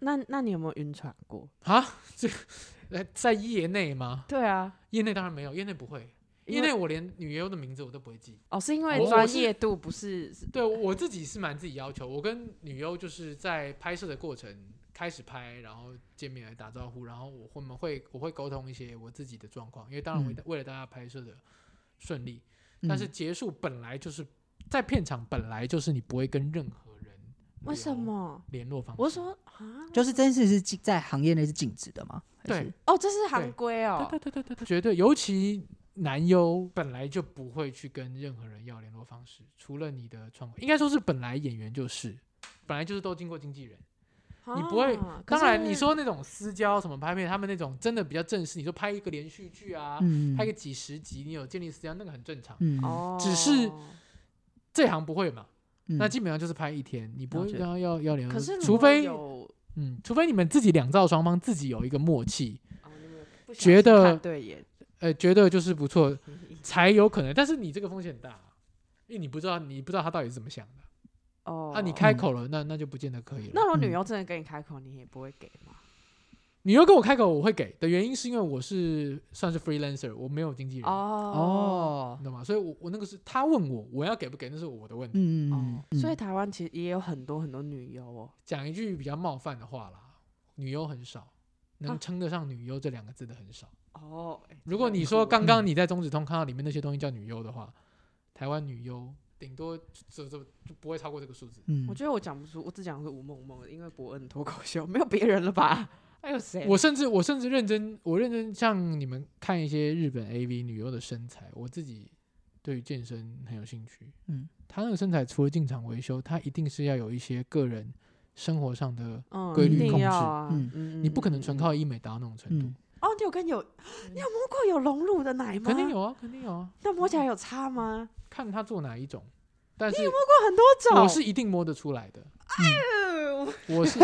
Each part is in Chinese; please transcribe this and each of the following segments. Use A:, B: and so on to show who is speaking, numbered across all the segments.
A: 那那你有没有晕船过？
B: 啊，这来呃在业内吗？
A: 对啊，
B: 业内当然没有，业内不会，业
A: 因为
B: 内我连女优的名字我都不会记。
A: 哦，是因
B: 我
A: 为
B: 我
A: 专
B: 是
A: 业度不是
B: 对我自己是蛮自己要求，我跟女优就是在拍摄的过程开始拍，然后见面来打招呼，然后我我们会我会沟通一些我自己的状况，因为当然为、
A: 嗯
B: 为了大家拍摄的顺利，但是结束本来就是在片场本来就是你不会跟任何人
A: 为什
B: 留
A: 么？
B: 联络方式，
A: 我是说啊，
C: 就是这件事是禁在行业内是禁止的吗？还
B: 对
C: 是，
A: 哦，这是行规哦，
B: 对对对对对，绝对，尤其男优本来就不会去跟任何人要联络方式，除了你的创，应该说是本来演员就是，本来就是都经过经纪人。你不会
A: 啊可
B: 当然，你
A: 是
B: 说那种私交什么拍片，他们那种真的比较正式，你说拍一个连续剧啊，
C: 嗯
B: 拍个几十集，你有建立私交，那个很正常。
C: 嗯
A: 哦，
B: 只是这行不会嘛？
C: 嗯
B: 那基本上就是拍一天，你不
C: 了
B: 会
C: 解
B: 跟他要要联络，
A: 可是如
B: 除
A: 果
B: 非
A: 有
B: 嗯，除非你们自己两造双方自己有一个默契，
A: 哦你们不小
B: 觉
A: 心
B: 得
A: 看对眼，
B: 呃，觉得就是不错，才有可能。但是你这个风险很大啊，因为你不知道你不知道他到底是怎么想的。
A: 哦，
B: 啊，你开口了，那那就不见得可以了。
A: 那如果
C: 嗯
A: 女优真的跟你开口，你也不会给吗？
B: 你又跟我开口，我会给的原因是因为我是算是 freelancer，我没有经纪人，
A: 哦
C: 哦
B: 你，懂吗？所以我我那个是他问我我要给不给，那是我的问题。
C: 嗯嗯
A: 哦，
C: 嗯，
A: 所以台湾其实也有很多很多女优哦，
B: 讲一句比较冒犯的话啦，女优很少，能
A: 啊
B: 称得上女优这两个字的很少。
A: 哦，哎
B: 如果
A: 真的
B: 你
A: 很
B: 说
A: 酷
B: 刚
A: 哎
B: 刚你在中指通看到里面那些东西叫女优的话，台湾女优顶多这这就不会超过这个数字。
C: 嗯
A: 我觉得我讲不出，我只讲的是吴梦梦，因为伯恩脱口秀没有别人了吧？ 还有谁？啊
B: 我甚至我甚至认真，我认真像你们看一些日本 AV 女优的身材，我自己对于健身很有兴趣。
C: 嗯，
B: 她那个身材除了进场维修，她一定是要有一些个人生活上的，
A: 嗯
B: 规
C: 律
A: 一定
B: 控制
A: 要啊，
C: 嗯
A: 嗯
B: 你不可能纯靠
A: 嗯
B: 医美达到那种程度
C: 嗯。，
A: 哦，你有跟有你有摸过有隆乳的奶吗？
B: 肯定。有啊，肯定有啊，
A: 那摸起来有差吗？
B: 看她做哪一种。但是
A: 摸哦很多种。
B: 我是一定摸得出来的，
A: 呃
B: 我 是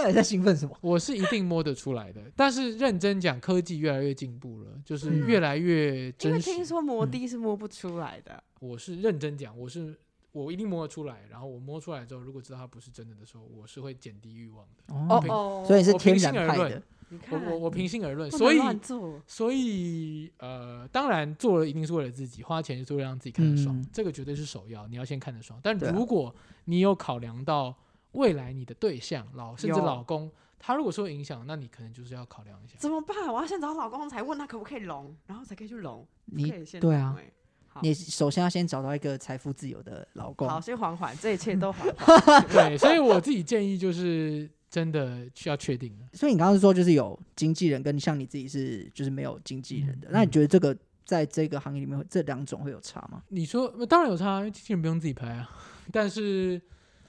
C: 那你在兴奋什么？
B: 我是一定摸得出来的。但是认真讲，科技越来越进步了，就是
C: 嗯
B: 越来越
A: 因为
B: 真实。嗯
A: 听说摩的是摸不出来的。
B: 我是认真讲，我是我一定摸得出来，然后我摸出来之后，如果知道它不是真的的时候，我是会减低欲望的。
A: 哦
C: 哦
B: 对
A: 哦，
C: 所以是
B: 我
C: 天
B: 平
C: 然
B: 心而
C: 派
B: 论
C: 的，
A: 你
B: 我
A: 看
B: 我我平心而论，
A: 不能
B: 所以
A: 乱做
B: 所以呃，当然做了一定是为了自己，花钱是为了让自己看得爽，
C: 嗯
B: 这个绝对是首要，你要先看得爽。但
C: 对啊
B: 如果你有考量到未来你的对象老甚至
A: 有
B: 老公，他如果受影响，那你可能就是要考量一下。
A: 怎么办？我要先找老公才问他可不可以隆，然后才可以去隆。不可以
C: 你
A: 先
C: 对
A: 隆
C: 啊，
A: 欸。好
C: 你首先要先找到一个财富自由的老公，
A: 好，先缓缓，这一切都
B: 嗯
A: 缓缓。
B: 对，所以我自己建议就是真的需要确定了。
C: 所以你刚刚是说就是有经纪人跟你像你自己是就是没有经纪人的，
B: 嗯
C: 那
B: 嗯
C: 你觉得这个在这个行业里面会这两种会有差吗？
B: 你说当然有差，因为经纪人不用自己拍啊， 但是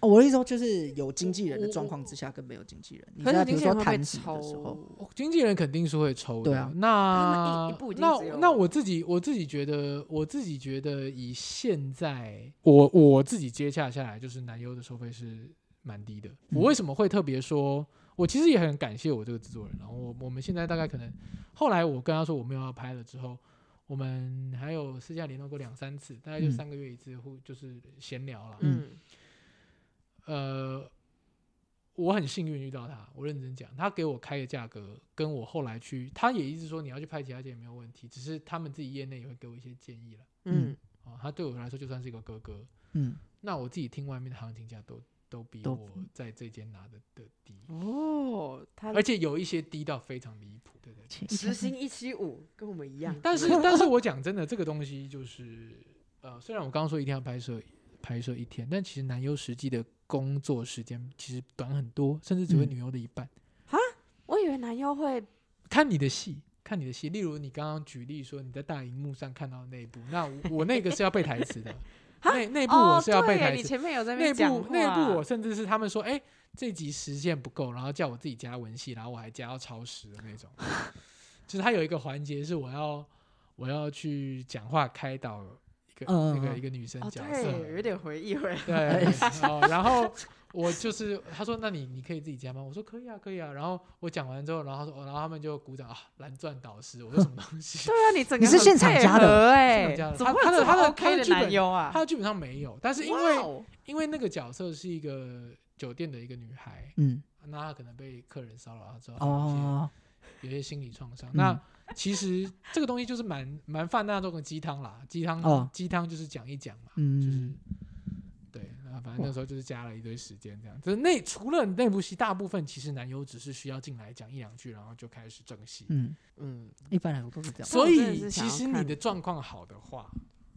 C: 哦，我的意思说就是有经纪人的状况之下跟没有经纪人，你
A: 可是
C: 在
A: 经
C: 比如
A: 纪
C: 说
A: 人会
C: 谈
A: 被
C: 什么的时候，
A: 抽，
B: 经纪人肯定是会抽的。
C: 对啊
A: 他
B: 那
A: 们一一步已经
B: 那
A: 只有
B: 那我自己我自己觉得，我自己觉得以现在我我自己接洽下来，就是男优的收费是蛮低的。我为什么会特别说？我其实也很感谢我这个制作人。然后我我们现在大概可能，后来我跟他说我没有要拍了之后，我们还有私下联络过两三次，大概就
C: 嗯
B: 三个月一次，互就是闲聊了。
A: 嗯，
B: 呃，我很幸运遇到他，我认真讲，他给我开的价格跟我后来去，他也一直说你要去拍其他店也没有问题，只是他们自己业内也会给我一些建议了。
A: 嗯，
B: 哦，他对我来说就算是一个哥哥，
C: 嗯，
B: 那我自己听外面的行情价都都比
C: 都
B: 我在这间拿的的低，
A: 哦，他
B: 嗯而且有一些低到非常离谱，对对对。
A: 时薪一七五，跟我们一样。
B: 嗯 但是，但是我讲真的，这个东西就是，呃，虽然我刚刚说一定要拍摄拍摄一天，但其实男优实际的工作时间其实短很多，甚至只有
C: 嗯
B: 女优的一半。
A: 我以为男优会
B: 看你的戏，看你的戏。例如你刚刚举例说你在大荧幕上看到的那一部，那我我那个是要背台词 的，那那部我是要
A: 哦、
B: 背
A: 对耶
B: 台
A: 你
B: 词，
A: 前面有在
B: 那
A: 边讲
B: 部那
A: 话
B: 部我甚至是他们说，哎、这集时间不够，然后叫我自己加文戏，然后我还加到超时的那种。 就是他有一个环节是我要我要去讲话开导一个、
C: 嗯
B: 那
C: 嗯
B: 个
C: 嗯
B: 一个女生
A: 哦，
B: 角色，
A: 对，有点回忆回来。
B: 对，哦、然后我就是他说，那你你可以自己加吗？我说可以啊，可以啊。然后我讲完之后，然后他说，哦，然后他们就鼓掌啊，蓝钻导师，我说什么东 西
A: 对？啊，你整个
C: 你是
A: 很
C: 现场
A: 配
C: 加的
A: 合哎、
B: 现场加的
A: 怎么会
B: 他他的
A: 有这么
B: 他的
A: OK
B: 他的
A: 的
B: 剧本
A: 男优啊？
B: 他基本上没有，但是因
A: 哇
B: 为
A: 哦
B: 因为那个角色是一个酒店的一个女孩，
C: 嗯
B: 那他可能被客人骚扰了之后，哦，
C: 哦，
B: 有些心理创伤。
C: 嗯
B: 那其实这个东西就是蛮蛮泛滥这种鸡汤啦，鸡
C: 哦
B: 汤鸡汤就是讲一讲嘛，就是
C: 嗯，
B: 对，那反正那时候就是加了一堆时间这样。就是那除了那部戏，大部分其实男优只是需要进来讲一两句，然后就开始正戏。
C: 嗯，
A: 嗯，
C: 一般来说都是这样。
B: 所
A: 但我真
B: 以
A: 的是
B: 其
A: 想要
B: 实你
A: 看
B: 的状况好的话，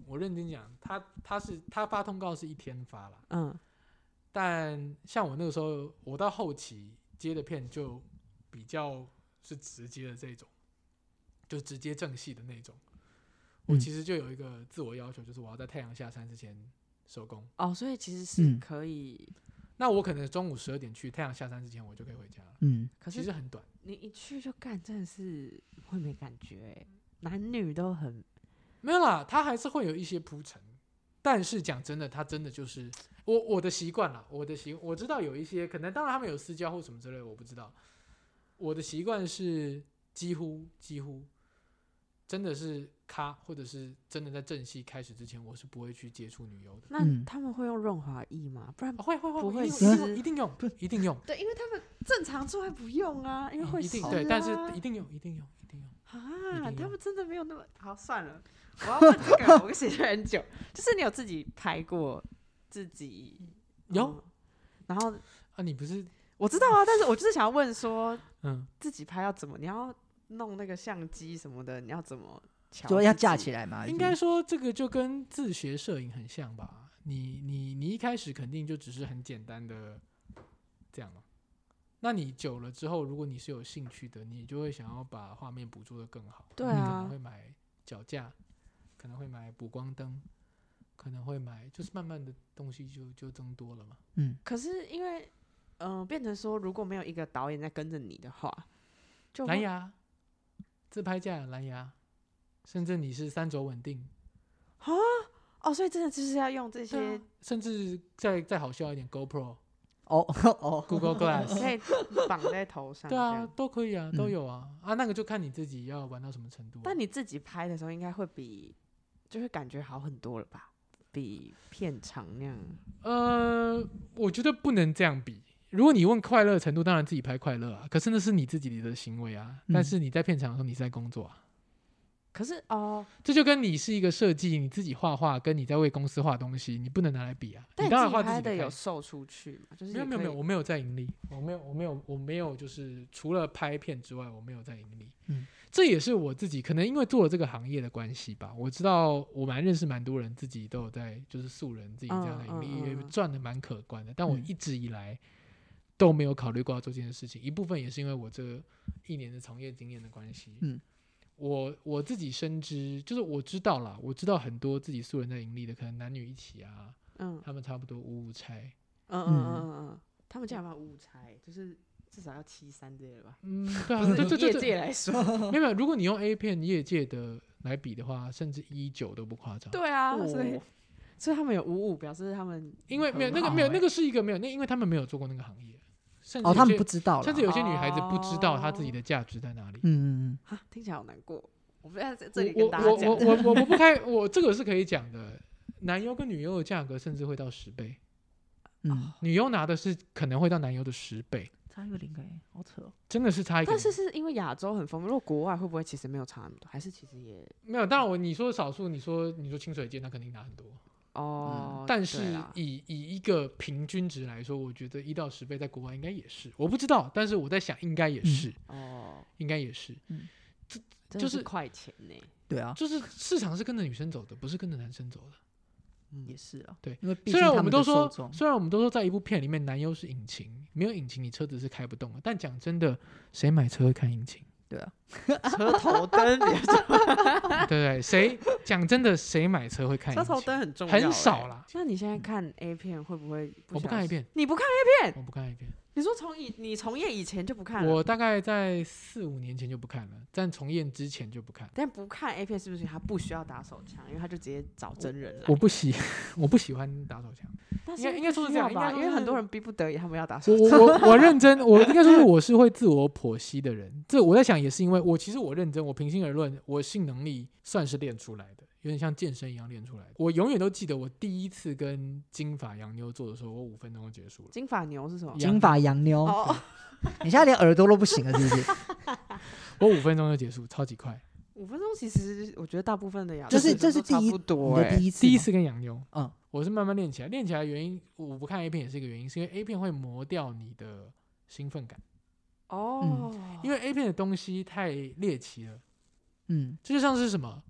B: 我认真讲，他他是他发通告是一天发啦，
A: 嗯，
B: 但像我那个时候，我到后期接的片就比较是直接的这种，就直接正戏的那种。我
C: 嗯
B: 其实就有一个自我要求，就是我要在太阳下山之前收工。
A: 哦，所以其实是
C: 嗯
A: 可以，
B: 那我可能中午十二点去，太阳下山之前我就可以回家了。
C: 嗯，
A: 可
B: 其
A: 是
B: 实很短，
A: 你一去就干，真的是会没感觉欸，男女都很
B: 没有啦，它还是会有一些铺陈。但是讲真的，它真的就是我我的习惯啦，我的习我知道有一些可能，当然他们有私交或什么之类的，我不知道。我的习惯是几乎几乎真的是咔，或者是真的在正戏开始之前，我是不会去接触女优的。
A: 那
C: 嗯
A: 他们会用润滑液吗？不然
B: 啊、会会会，
A: 不会
B: 一定
A: 湿
B: 用一定用
C: 不
B: 一定用，
A: 哦对，因为他们正常做还不用啊，因为会
B: 一定
A: 湿
B: 对，但是
A: 啊
B: 一定用一定用一定用。
A: 啊，
B: 定
A: 他
B: 要
A: 们真的没有那么好，算了，我 要问这个，我写了很久，就是你有自己拍过自己
B: 有
A: 嗯然后
B: 啊，你不是
A: 我知道啊，但是我就是想要问说，
B: 嗯，
A: 自己拍要怎么，你要弄那个相机什么的，你要怎么调？
C: 就要架起来嘛，
B: 应
C: 就
B: 该
C: 是
B: 说这个就跟自学摄影很像吧？你你你一开始肯定就只是很简单的这样嘛。那你久了之后，如果你是有兴趣的，你就会想要把画面捕捉的更好。
A: 对
B: 你可能
A: 啊
B: 会买脚架，可能会买补光灯，可能会买，就是慢慢的东西就就增多了嘛。
C: 嗯，
A: 可是因为，嗯、变成说如果没有一个导演在跟着你的话，就
B: 蓝
A: 会
B: 牙、自拍架、蓝牙，甚至你是三轴稳定，
A: 哦，所以真的就是要用这
B: 对
A: 些
B: 啊，甚至再再好笑一点，GoPro、
C: 哦哦，
B: Google Glass，
A: 可以绑在头上。
B: 啊对啊，，都可以啊，都
C: 嗯
B: 有啊，啊，那个就看你自己要玩到什么程度啊、
A: 但你自己拍的时候，应该会比就会感觉好很多了吧？比片长那样。
B: 呃，我觉得不能这样比。如果你问快乐程度，当然自己拍快乐啊，可是那是你自己的行为啊。但
C: 嗯
B: 是你在片场的时候，你是在工作啊，
A: 可是哦，
B: 这就跟你是一个设计，你自己画画，跟你在为公司画东西，你不能拿来比啊。
A: 但你
B: 当然
A: 自
B: 画
A: 己
B: 自己
A: 拍的
B: 的
A: 有
B: 开
A: 售出去嘛？就是
B: 没有
A: 也
B: 没有
A: 可
B: 没有，
A: 以
B: 我没有在盈利，我没有我没有我没有，就是除了拍片之外，我没有在盈利。
C: 嗯，
B: 这也是我自己可能因为做了这个行业的关系吧，我知道我蛮认识蛮多人，自己都有在就是素人自己这样的盈利，
A: 嗯嗯嗯
B: 也
A: 嗯
B: 赚的蛮可观的。但我
C: 嗯
B: 一直以来都没有考虑过要做这件事情，一部分也是因为我这一年的从业经验的关系。
C: 嗯。
B: 我我自己深知，就是我知道啦，我知道很多自己素人在盈利的，可能男女一起啊，
A: 嗯
B: 他们差不多五五拆，
A: 嗯嗯
C: 嗯
A: 嗯嗯嗯，他们竟然把五拆，就是至少要七三之类的吧？
B: 嗯，对啊，
A: 不
B: 对
A: 是
B: 对
A: 以业
B: 对，
A: 界来说，
B: 没有，没有，如果你用 A 片业界的来比的话，甚至一九都不夸张。，
A: 对啊，
C: 哦
A: 所以所以他们有五五，表示他们
B: 因为没有
A: 很
B: 那个
A: 好
B: 没有
A: 欸
B: 那个是一个没有那，因为他们没有做过那个行业，甚至
C: 哦，
B: 有
C: 他们
B: 些
C: 不知道了，
B: 甚至有些女孩子不知道她自己
A: 哦
B: 的价值在哪里。
C: 嗯嗯
A: 啊，听起来好难过。我不要在这里
B: 我
A: 跟大家
B: 我我
A: 讲，
B: 我我我不开，我这个是可以讲的。男优跟女优的价格甚至会到十倍，
C: 嗯嗯，
B: 女优拿的是可能会到男优的十倍，
C: 差一个零哎，好扯哦，
B: 真的是差一个
A: 但
B: 零。
A: 是是因为亚洲很丰富，如果国外会不会其实没有差那么多？还是其实也
B: 没有，当然我你说少数，你说你说清水剑，他肯定拿很多。
A: 哦，
B: 嗯但
A: 对
B: 是
A: 啦
B: 以以一个平均值来说，我觉得一到十倍在国外应该也是，我不知道，但是我在想应该
A: 嗯
B: 也是，
A: 哦，
B: 应该也是，
A: 真的
B: 就是是
A: 快钱呢，
C: 对啊，
B: 就是市场是跟着女生走的，不是跟着男生走的。
C: 也是啊，
B: 对
C: 因为毕
B: 虽
C: 竟
B: 然
C: 他
B: 我
C: 们
B: 们都
C: 的受
B: 说，
C: 众，
B: 虽然我们都说在一部片里面男优是引擎，没有引擎你车子是开不动的，但讲真的，谁买车会看 引擎？
C: 对啊，
A: 车头灯比 较重欸
B: 对不对？谁讲真的，谁买车会看
A: 车
B: 引
A: 头
B: 擎？
A: 灯很重要，欸
B: 很少。啦，
A: 那你现在看 A 片会不会？
B: 我不看 A
A: 片，
B: 片，
A: 你不看？
B: 我不看 A 片。
A: 你说从以你从业以前就不看了，
B: 我大概在四五年前就不看了，但从业之前就不看。
A: 但不看 A 片是不是他不需要打手枪？因为他就直接找真人了。
B: 我不喜， 我不喜欢打手枪。
A: 但是
B: 应该应该说是
A: 需
B: 这样
A: 要
B: 应
A: 吧，
B: 该
A: 因
B: 说
A: 为嗯很
B: 是
A: 多人逼不得已，他们要打手
B: 我
A: 枪。
B: 我我我认真，我应该说是我是会自我剖析的人。这我在想也是因为我其实我认真，我平心而论，我性能力算是练出来的，有点像健身一样练出来的。我永远都记得我第一次跟金发洋妞做的时候，我五分钟就结束了。
A: 金发牛是什么？
B: Yeah
C: 金发洋妞，
A: 哦，
C: 你现在连耳朵都不行了，是 不是？
B: 我五分钟就结束，超级快。
A: 五分钟其实我觉得大部分的亚洲
C: 就是
A: 人
C: 这是
A: 都差
C: 第一
A: 不多
C: 你的
A: 哎，
C: 第一次，
B: 第一，次跟洋妞，
C: 嗯，
B: 我是慢慢练起来。练起来的原因，我不看 A 片也是一个原因，是因为 A 片会磨掉你的兴奋感，
A: 哦，
B: 嗯因为 A 片的东西太猎奇了。
C: 嗯，
B: 这就像是什么？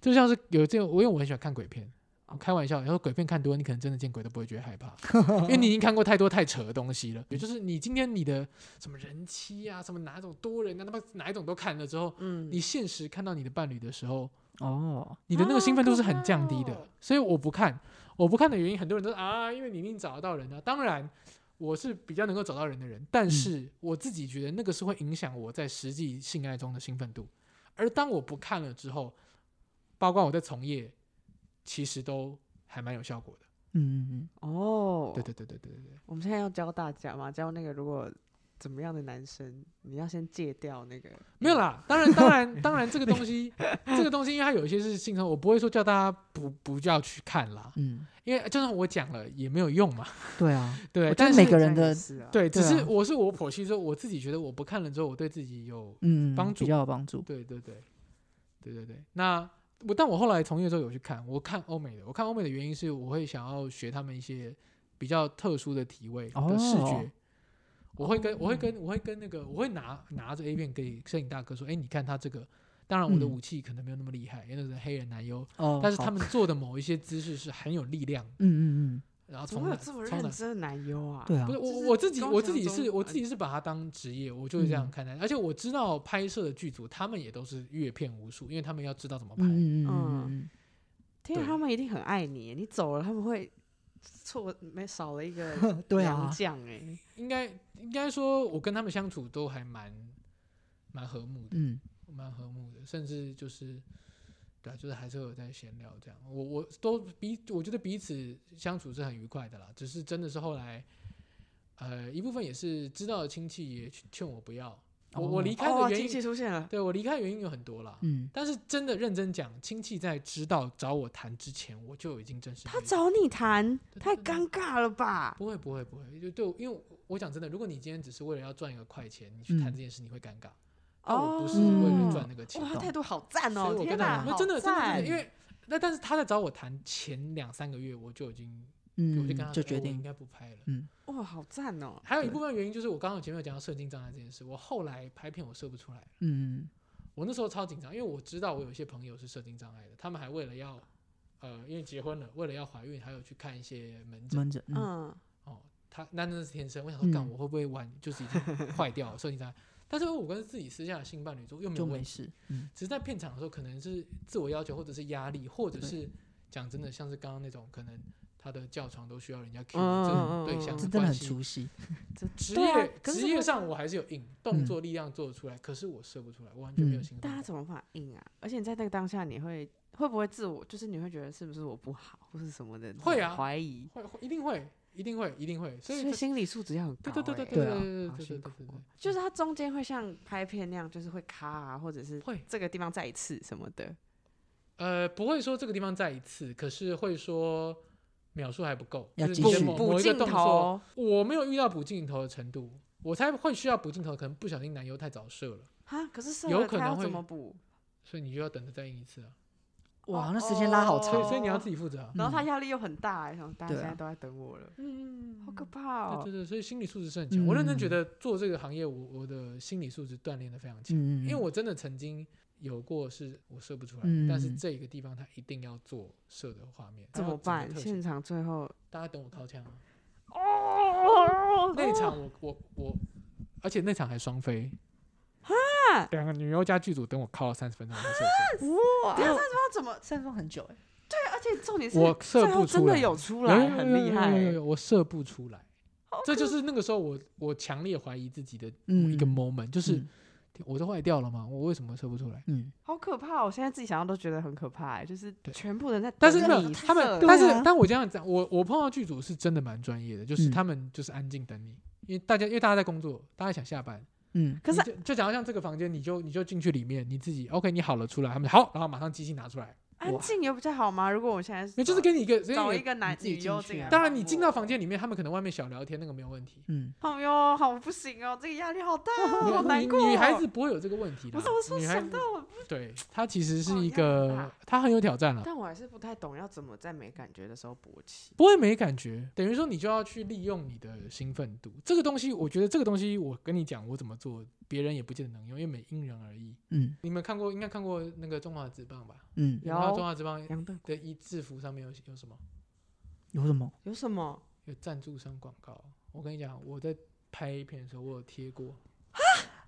B: 就像是有这种，我因为我很喜欢看鬼片，我开玩笑，然后鬼片看多，你可能真的见鬼都不会觉得害怕，因为你已经看过太多太扯的东西了。也就是你今天你的什么人妻啊，什么哪种多人啊，他妈哪一种都看了之后，
A: 嗯，
B: 你现实看到你的伴侣的时候，
C: 哦，
B: 你的那个兴奋度是很降低
A: 好可怕
B: 的
A: 哦。
B: 所以我不看，我不看的原因，很多人都说啊，因为你一定找得到人啊。当然。我是比较能够找到人的人，
C: 嗯
B: 但是我自己觉得那个是会影响我在实际性爱中的兴奋度。而当我不看了之后，包括我在从业，其实都还蛮有效果的。
C: 嗯嗯
A: 哦，
B: 对对对对对对对，
A: 我们现在要教大家嘛，教那个如果怎么样的男生，你要先戒掉那个。
B: 没有
C: 嗯
B: 啦。当然当 然当然，这个东西这个东西，因为它有一些是性生活，我不会说叫大家不不要去看啦，
C: 嗯
B: 因为就算我讲了也没有用嘛。
C: 嗯，对啊，
B: 对，
C: 我觉
B: 但
C: 得
B: 是
C: 每个人的
A: 这样也是啊，
B: 对，只
C: 对啊
B: 是我是我剖析之后，我自己觉得我不看了之后，我对自己有
C: 嗯，
B: 帮助
C: 比较有帮助，
B: 对对对，对对对。那我但我后来从业之后有去看，我看欧美的，我看欧美的原因是我会想要学他们一些比较特殊的体位的视觉。
C: 哦
B: 我会跟我会跟我会跟那个我会拿拿着 A 片给摄影大哥说，哎，你看他这个。当然，我的
C: 嗯
B: 武器可能没有那么厉害，因为那是黑人男优，
C: 哦，
B: 但是
C: 好
B: 他，们做的某一些姿势是很有力量，
C: 嗯嗯
B: 然后
A: 怎
B: 从
A: 么会有
B: 哪
A: 这么
B: 从哪
A: 认真的男优啊
C: 嗯，？对啊
B: 不是，我
A: 就是
B: 我自己
A: 高
B: 我
A: 强
B: 自己
A: 中
B: 是我自
A: 呃
B: 己是把它当职业，我就是这样
C: 嗯
B: 看待。而且我知道拍摄的剧组他们也都是阅片无数，因为他们要知道怎么拍。
C: 嗯嗯嗯嗯
A: 天啊，
B: 对
A: 他们一定很爱你，你走了他们会错没少了一个
C: 嗯， 对
A: 洋
C: 啊，
A: 将哎，
B: 应该应该说，我跟他们相处都还蛮蛮和睦的，
C: 嗯
B: 蛮和睦的，甚至就是对啊，就是还是会有在闲聊这样。我我都彼我觉得彼此相处是很愉快的啦，只是真的是后来。呃，一部分也是知道的亲戚也劝我不要，我我
C: 哦
B: 离开
A: 哦，
B: 的原
A: 亲
B: 因，
A: 戚出现了，
B: 对我离开的原因有很多啦，
C: 嗯，
B: 但是真的认真讲，亲戚在知道找我谈之前，我就已经正式
A: 他
B: 约
A: 找你谈，
B: 对
A: 太
B: 对
A: 尴尬了吧？
B: 不会不会不会，就对我，因为我我讲真的，如果你今天只是为了要赚一个快钱，你去谈
C: 嗯
B: 这件事，你会尴尬。但我
A: 哦，
B: 不是为了
C: 嗯
B: 赚那个钱，
A: 哇，他
C: 懂
A: 态度好赞
B: 所
A: 哦
B: 以！我
A: 天
B: 跟
A: 哪
B: 他，
A: 好
B: 真的真的真
A: 赞
B: 的，因为那但是他在找我谈前两三个月，我就已经我就跟他
C: 嗯，
B: 说
C: 就
B: 哎
C: 决
B: 我应
C: 定，
B: 该不拍了。
C: 嗯，
A: 哇，好赞哦！
B: 还有一
C: 对
B: 部分原因就是我刚刚前面有讲到射精障碍这件事，我后来拍片我射不出来了，
C: 嗯
B: 我那时候超紧张，因为我知道我有一些朋友是射精障碍的，他们还为了要呃，因为结婚了，为了要怀孕，还有去看一些门诊。
C: 闷着，嗯
A: 嗯，
B: 哦，他那那是天生，我想说，干、
C: 嗯
B: 我会不会玩就是已经坏掉了， 设计他。但是我跟自己私下的性伴侣中又没有
C: 就
B: 问题，
C: 没事，嗯
B: 只是在片场的时候可能是自我要求，或者是压力，或者是讲真的，像是刚刚那种可能他的叫床都需要人家 cue
A: 嗯
B: 这
A: 嗯嗯
B: 种对
A: 嗯
B: 象
A: 嗯
B: 的
C: 这哦真的
B: 关
C: 很
B: 系。
C: 出戏，
B: 职
A: 对啊
B: 业
A: 可是
B: 职业
A: 我
B: 上我还是有硬动作力量做得出来，可是我射不出来，我完全没有
C: 嗯
B: 兴奋
A: 但他
B: 感。
A: 怎么办法硬啊？而且你在那个当下，你会会不会自我，就是你会觉得是不是我不好，或是什么的？
B: 会啊
A: 怀疑，
B: 会会一定会一定会一定会，所
A: 所
B: 以
A: 以
B: 这
A: 心理素质要很高
B: 对
A: 欸。
B: 对对对对
C: 对啊
B: 对
A: 好
B: 对对
A: 辛
B: 对
A: 苦
B: 对
A: 哦，就是它中间会像拍片那样，就是会卡啊，或者是
B: 会。
A: 这个地方再一次什么的。
B: 呃，不会说这个地方再一次，可是会说秒数还不够，
C: 要
B: 就是
C: 继
B: 某
C: 续
B: 某
A: 补
B: 某一个
A: 镜
B: 动作，
A: 头
B: 我没有遇到补镜头的程度，我才会需要补镜头，可能不小心男优太早射了，
A: 啊，可是射
B: 有
A: 了
B: 可
A: 它要
B: 能
A: 怎
B: 会嗯
A: 么补？
B: 所以你就要等着再印一次啊，
C: 哇，那时间拉好
B: 所以
C: 长，
B: 所以你要自己负责啊。
A: 然后他压力又很大欸，想大家
C: 对
A: 现在
C: 啊
A: 都在等我了，
B: 嗯
A: 好可怕哦
B: 对！对对，所以心理素质是很强。我认真觉得做这个行业，我我的心理素质锻炼的非常强，
C: 嗯，
B: 因为我真的曾经有过是我射不出来，但是这个地方他一定要做射的画面，
A: 怎么办？现
B: 现
A: 场最后
B: 大家等我掏枪啊。
A: 哦，
B: 那场我我我，而且那场还双飞，两个女优加剧组等我靠了三十分钟才射
C: 哇，
A: 等一下他说怎么？
C: 三分很久哎，
A: 而且重点是
B: 啊我射
A: 最
B: 不
A: 后真
B: 出来
A: 的有出
B: 出，
A: 来，
B: 有有
A: 很
B: 有
A: 厉
B: 有
A: 害
B: 有有
A: 欸。
B: 有我射不出来，
A: 好
B: 这
A: 可
B: 就是那个时候我我强烈怀疑自己的
C: 嗯
B: 一个 moment，就是
C: 嗯
B: 我都坏掉了吗？我为什么射不出来？
C: 嗯，
A: 好可怕、哦！我现在自己想象都觉得很可怕、欸，就是
B: 对
A: 全部人在
B: 但是
A: 等
B: 没有
A: 你射
B: 他们，但
C: 对
B: 是
C: 啊
B: 但我这样讲，我我碰到剧组是真的蛮专业的，就是
C: 嗯
B: 他们就是安静等你，因为大家因为大家在工作，大家想下班，
C: 嗯
A: 可
B: 你
A: 是
B: 就就讲到像这个房间，你就你就进去里面，你自己 OK，你好了出来，他们好，然后马上机器拿出来，
A: 安静有比较好吗？如果我现在
B: 那就是
A: 找
B: 给你一个，给
A: 找
B: 你
A: 一个男
C: 自己
A: 女优
C: 进
A: 进
C: 去啊
A: 来，
B: 当然你进到房，间里面，他们可能外面小聊天，那个没有问题。
C: 嗯，
A: 好哟，好不行哦，这个压力好大 哦，好
B: 女
A: 难过哦。
B: 女孩子不会有这个问题的。
A: 不是我说
B: 女孩
A: 想
B: 子
A: 到我，
B: 对她其实是
A: 哦压
B: 一
A: 力很
B: 个
A: 大，
B: 她很有挑战了，
A: 但我还是不太懂要怎么在没感觉的时候勃起。
B: 不会没感觉，等于说你就要去利用你的兴奋度。这个东西，我觉得这个东西，我跟你讲，我怎么做，别人也不见得能用，因为每因人而异。
C: 嗯
B: 你们看过，应该看过那个《中华职棒》吧？
C: 嗯，
B: 你们知道
A: 有
B: 中华职棒
A: 杨的
B: 的一制服上面有有什么？
C: 有什么？
A: 有什 么？
B: 有赞助商广告。我跟你讲，我在拍片的时候，我有贴过
A: 啊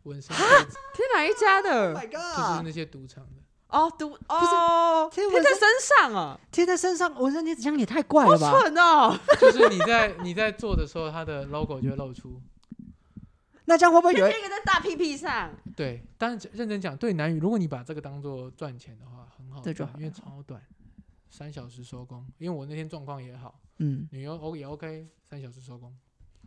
B: 纹身贴纸，
A: 贴哪一家的？
C: My
B: 就是
C: God！
B: 那些赌场的。
A: 哦，毒哦，
C: 贴
A: 贴
C: 纹
A: 在身上啊，
C: 贴在身上纹身贴纸枪也太怪
A: 好
C: 了吧？
A: 蠢 哦！
B: 就是你在你在做的时候，它的 logo 就会露出。
C: 那这样会不会有人？
A: 贴一个在大屁屁上，
B: 对，但是认真讲，对男女，如果你把这个当做赚钱的话，很好
C: 这
B: 赚，
C: 就好
B: 因为超短，三小时收工。因为我那天状况也好，
C: 嗯，
B: 女优 O 也 OK，三小时收工。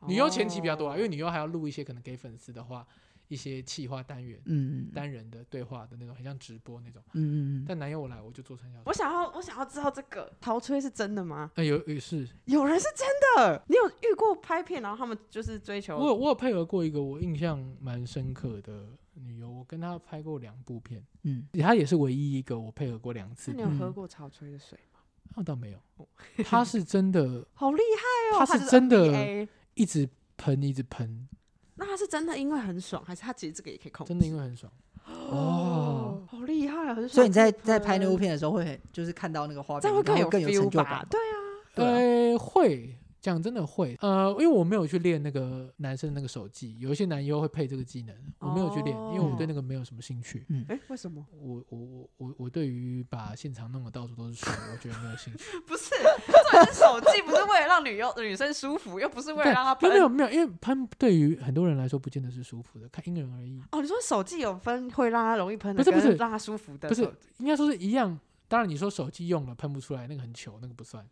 B: 女优前期比较多啊，
A: 哦
B: 因为女优还要录一些可能给粉丝的话，一些企划单元、
C: 嗯嗯
B: 单人的对话的那种，很像直播那种。
C: 嗯嗯，
B: 但男优我来，我就做三小时
A: 我。想要，我想要知道这个陶吹是真的吗？
B: 呃，有有是，
A: 有人是真的，你有遇过拍片，然后他们就是追求
B: 我有我有配合过一个我印象蛮深刻的女优，我跟她拍过两部片，
C: 嗯，
B: 她也是唯一一个我配合过两次
A: 那
B: 的
A: 你。有哦喝过潮吹的水吗？
B: 那倒没有， 她是真的
A: 好厉害哦！
B: 他是真的
A: NBA
B: 一直喷一直喷，
A: 那他是真的因为很爽，还是他其实这个也可以控制？
B: 真的因 为很爽。
C: 哦，
A: 好厉害，啊很爽。
C: 所以你在在拍那部，片的时候会很就是看到那个画面，
A: 这样会
C: 然
A: 更
C: 后
A: 有
C: 更有成
A: feel
C: 就
A: 吧
C: 感？。
A: 对啊，
C: 对啊
B: 呃，会讲真的会，呃，因为我没有去练那个男生那个手技，有一些男优会配这个技能，我没有去
A: 哦
B: 练，因为我对那个没有什么兴趣。
A: 哎，为什么？
B: 我我我我我对于把现场弄得到处都是 水，我觉得没有兴趣。
A: 不是，这是手机，不是为了让女优女生舒服，又不是为了
B: 对，
A: 让她
B: 没有
A: 喷。
B: 没有，因为喷对于很多人来说不见得是舒服的，看因人而异。
A: 哦，你说手机有分会让她容易喷的，
B: 不是不是
A: 跟让她舒服的
B: 不是
A: 手机，
B: 应该说是一样。当然，你说手机用了喷不出来，那个很糗，那个不算。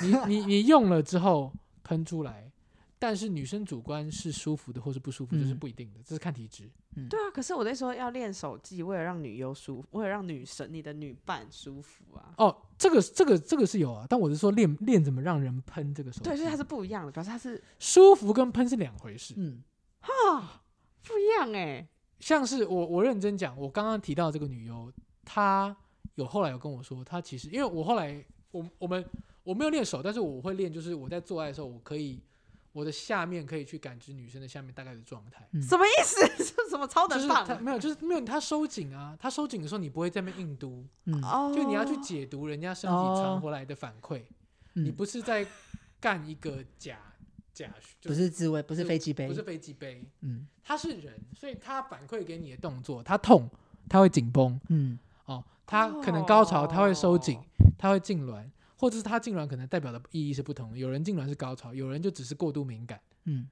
B: 你你你用了之后喷出来，但是女生主观是舒服的或是不舒服，这是
C: 嗯
B: 不一定的，这是看体质。
A: 对啊。可是我在说要练手技，为了让女优舒服，为了让女神你的女伴舒服啊。
B: 哦，这个这个这个是有啊，但我是说练练怎么让人喷这个手
A: 对，
B: 技
A: 所以它是不一样的，表示它是
B: 舒服跟喷是两回事。
C: 嗯
A: 啊，不一样哎。
B: 像是我我认真讲，我刚刚提到这个女优，她有后来有跟我说，她其实因为我后来我我们我没有练手，但是我会练，就是我在做爱的时候，我可以我的下面可以去感知女生的下面大概的状态。
C: 嗯
A: 什么意思？ 是什么超
B: 就是
A: 能棒
B: 她
A: 啊？
B: 没有，就是没有她收紧啊，她收紧的时候你不会在那边硬嘟，
C: 嗯，
A: 哦，
B: 就你要去解读人家身体传回来的反馈，你
C: 哦嗯
B: 不是在干一个假假，就
C: 不是自慰，不
B: 不
C: 是飞机杯
B: 不，是飞机杯，
C: 嗯
B: 他是人，所以他反馈给你的动作，他痛，他会紧绷，
C: 嗯
B: 哦，他可能高潮，他会收紧
A: 哦，
B: 他会痉挛，或者是他痉挛可能代表的意义是不同的。有人痉挛是高潮，有人就只是过度敏感。
C: 嗯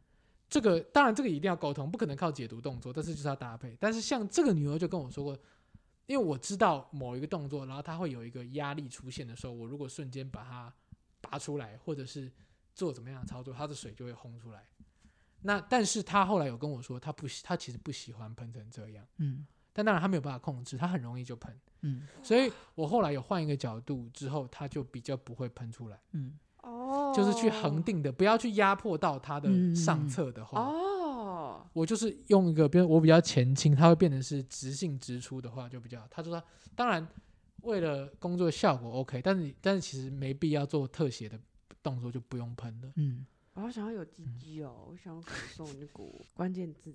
B: 这个当然这个一定要沟通，不可能靠解读动作，但是就是要搭配。但是像这个女儿就跟我说过，因为我知道某一个动作，然后她会有一个压力出现的时候，我如果瞬间把它拔出来，或者是做怎么样的操作，它的水就会轰出来。那但是她后来有跟我说，她不喜，她其实不喜欢喷成这样，
C: 嗯
B: 但当然她没有办法控制，她很容易就喷。
C: 嗯
B: 所以我后来有换一个角度之后，它就比较不会喷出来，
C: 嗯
A: 哦，嗯
B: 就是去恒定的，哦不要去压迫到它的上侧的话。
A: 哦，
B: 我就是用一个，比如我比较前倾，它会变成是直性直出的话就比较好。他说他当然为了工作效果 OK，但是你但是其实没必要做特写的动作，就不用喷了。
C: 嗯，
A: 我好想要有鸡鸡哦，
B: 嗯
A: 我想要感受那股关键字，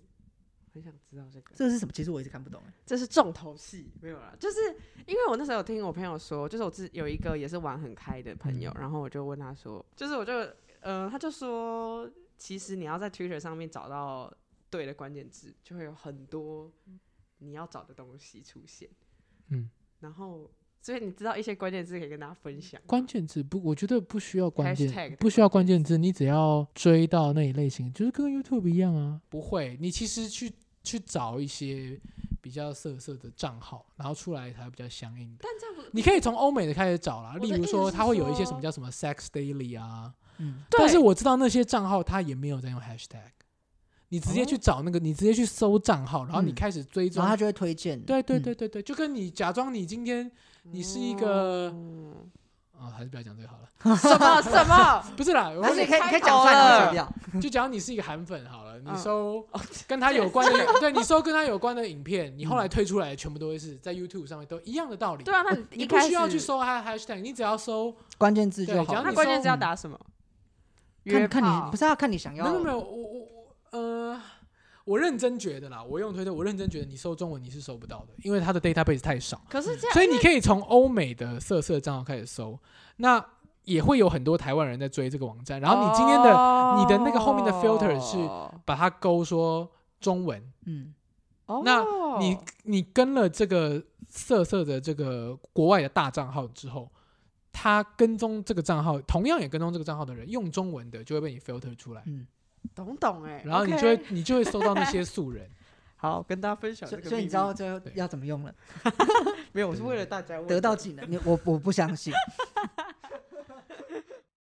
A: 很想知道这个。
C: 这个是什么？其实我一直看不懂哎。
A: 这是重头戏，没有啦，就是因为我那时候有听我朋友说，就是我自有一个也是玩很开的朋友，然后我就问他说，就是我就呃，他就说，其实你要在 Twitter 上面找到对的关键字，就会有很多你要找的东西出现。
B: 嗯，
A: 然后所以你知道一些关键字可以跟大家分享吗。
B: 关键字不，我觉得不需要关键
A: Hashtag，
B: 不需要关键字，你只要追到那一类型，就是跟 YouTube 一样啊。不会，你其实去去找一些比较色色的账号，然后出来才比较相应的。
A: 但这样不
B: 你可以从欧美的开始找啦，
A: 我的
B: 例如
A: 意思
B: 说
A: 是
B: 它会有一些什
A: 说
B: 么叫什么 Sex Daily 啊，
C: 嗯
A: 对
B: 但是我知道那些账号他也没有在用 hashtag，你直接
A: 哦
B: 去找那个，你直接去搜账号，然后你
C: 嗯
B: 开始追踪
C: 然后。他就会推荐。
B: 对对
C: 嗯
B: 对，对对，就跟你假装你今天你是一个
A: 嗯
B: 啊、还是不要讲这个好了。
A: 什么什 么？
B: 不是啦，我
C: 但是
A: 你
C: 你可以
A: 开
C: 你可以讲
A: 头
C: 出来，然后
A: 了
C: 剪掉。
B: 就假如你是一个韩粉好了，你
A: 嗯
B: 搜跟他 有关的，对你搜跟他有关的影片，你后来推出来的全部都会是在 YouTube 上面都一样的道理。
A: 对啊，那你
B: 你
A: 一
B: 不
A: 开
B: 需要去
A: 始
B: 搜他的 hashtag，你只要搜
C: 关键字就
B: 对
C: 好
B: 只要
C: 了
A: 那
B: 你。
A: 关键
B: 搜
A: 是要
C: 嗯
A: 打什么？约
C: 看看
A: 炮
C: 你不是要看你想
B: 没
C: 要。
B: 有没有没有，我我我呃，我认真觉得啦，我用推特，我认真觉得你搜中文你是搜不到的，因为它的 database 太少，
A: 可是这样，
B: 所以你可以从欧美的色色账号开始搜，那也会有很多台湾人在追这个网站，然后你今天的
A: 的
B: 你的那个后面的 filter 是
A: 哦
B: 把它勾说中文。
C: 嗯，
B: 那
A: 哦
B: 你你跟了这个色色的这个国外的大账号之后，他跟踪这个账号，同样也跟踪这个账号的人，用中文的就会被你 filter 出来，
A: 懂懂哎，
B: 然后你
A: OK
B: 就会你就会搜到那些素人。
A: 好跟大家分享这
C: 所以
A: 个秘密。
C: 所以你知道最后
B: 对
C: 要怎么用了，
A: 没有？我是为了大家问
C: 得到
A: 的
C: 技能，你我我不相信。